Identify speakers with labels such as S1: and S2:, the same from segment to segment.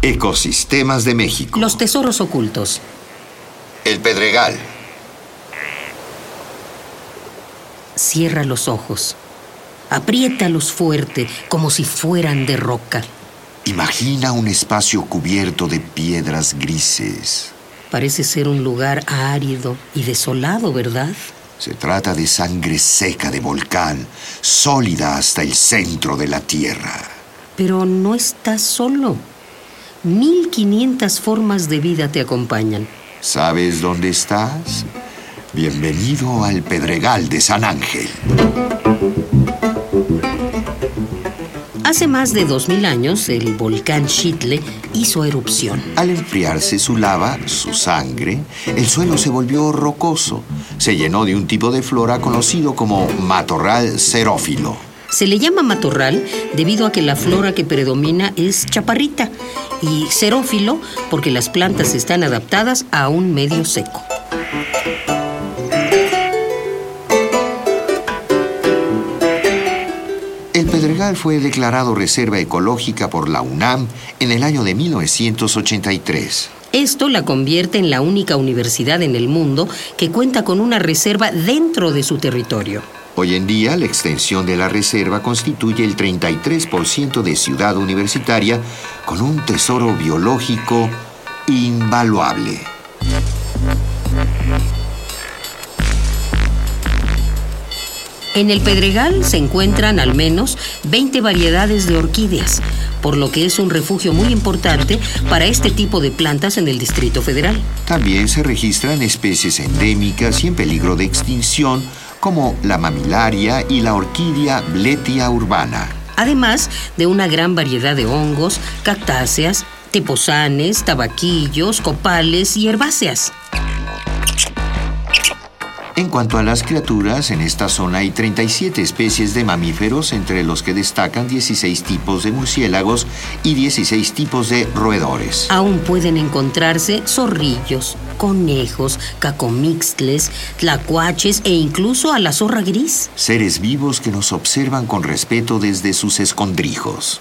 S1: Ecosistemas de México.
S2: Los tesoros ocultos.
S1: El Pedregal.
S2: Cierra los ojos. Apriétalos fuerte, como si fueran de roca.
S1: Imagina un espacio cubierto de piedras grises.
S2: Parece ser un lugar árido y desolado, ¿verdad?
S1: Se trata de sangre seca de volcán, sólida hasta el centro de la Tierra.
S2: Pero no estás solo. 1500 formas de vida te acompañan.
S1: ¿Sabes dónde estás? Bienvenido al Pedregal de San Ángel.
S2: Hace más de 2000 años, el volcán Xitle hizo erupción.
S1: Al enfriarse su lava, su sangre, el suelo se volvió rocoso. Se llenó de un tipo de flora conocido como matorral xerófilo.
S2: Se le llama matorral debido a que la flora que predomina es chaparrita y xerófilo porque las plantas están adaptadas a un medio seco.
S1: El Pedregal fue declarado reserva ecológica por la UNAM en el año de 1983.
S2: Esto la convierte en la única universidad en el mundo que cuenta con una reserva dentro de su territorio.
S1: Hoy en día, la extensión de la reserva constituye el 33% de ciudad universitaria con un tesoro biológico invaluable.
S2: En el Pedregal se encuentran al menos 20 variedades de orquídeas, por lo que es un refugio muy importante para este tipo de plantas en el Distrito Federal.
S1: También se registran especies endémicas y en peligro de extinción, como la mamilaria y la orquídea bletia urbana.
S2: Además de una gran variedad de hongos, cactáceas, teposanes, tabaquillos, copales y herbáceas.
S1: En cuanto a las criaturas, en esta zona hay 37 especies de mamíferos, entre los que destacan 16 tipos de murciélagos y 16 tipos de roedores.
S2: Aún pueden encontrarse zorrillos, conejos, cacomixtles, tlacuaches e incluso a la zorra gris.
S1: Seres vivos que nos observan con respeto desde sus escondrijos.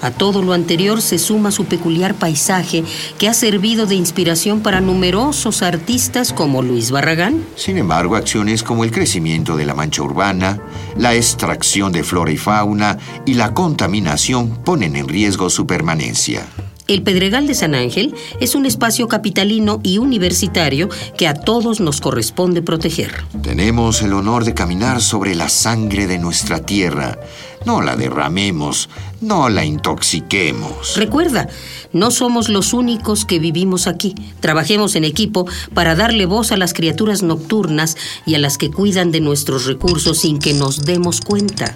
S2: A todo lo anterior se suma su peculiar paisaje que ha servido de inspiración para numerosos artistas como Luis Barragán,
S1: Sin embargo, acciones como el crecimiento de la mancha urbana, la extracción de flora y fauna y la contaminación ponen en riesgo su permanencia.
S2: El Pedregal de San Ángel es un espacio capitalino y universitario que a todos nos corresponde proteger.
S1: Tenemos el honor de caminar sobre la sangre de nuestra tierra. No la derramemos, no la intoxiquemos.
S2: Recuerda, no somos los únicos que vivimos aquí. Trabajemos en equipo para darle voz a las criaturas nocturnas y a las que cuidan de nuestros recursos sin que nos demos cuenta.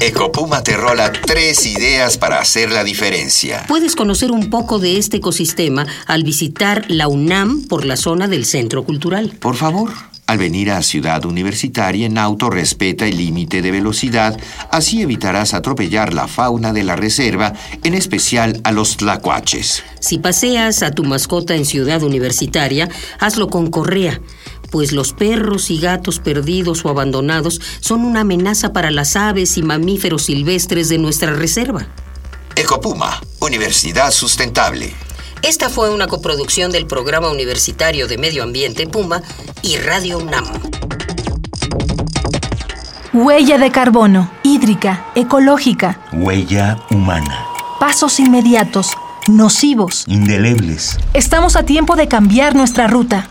S1: Ecopuma te rola tres ideas para hacer la diferencia.
S2: Puedes conocer un poco de este ecosistema al visitar la UNAM por la zona del Centro Cultural.
S1: Por favor, al venir a Ciudad Universitaria en auto respeta el límite de velocidad, así evitarás atropellar la fauna de la reserva, en especial a los tlacuaches.
S2: Si paseas a tu mascota en ciudad universitaria, hazlo con correa, pues los perros y gatos perdidos o abandonados son una amenaza para las aves y mamíferos silvestres de nuestra reserva.
S1: Ecopuma, Universidad Sustentable.
S2: Esta fue una coproducción del Programa Universitario de Medio Ambiente Puma y Radio UNAM.
S3: Huella de carbono. Hídrica, ecológica.
S4: Huella humana.
S3: Pasos inmediatos. Nocivos.
S4: Indelebles.
S3: Estamos a tiempo de cambiar nuestra ruta.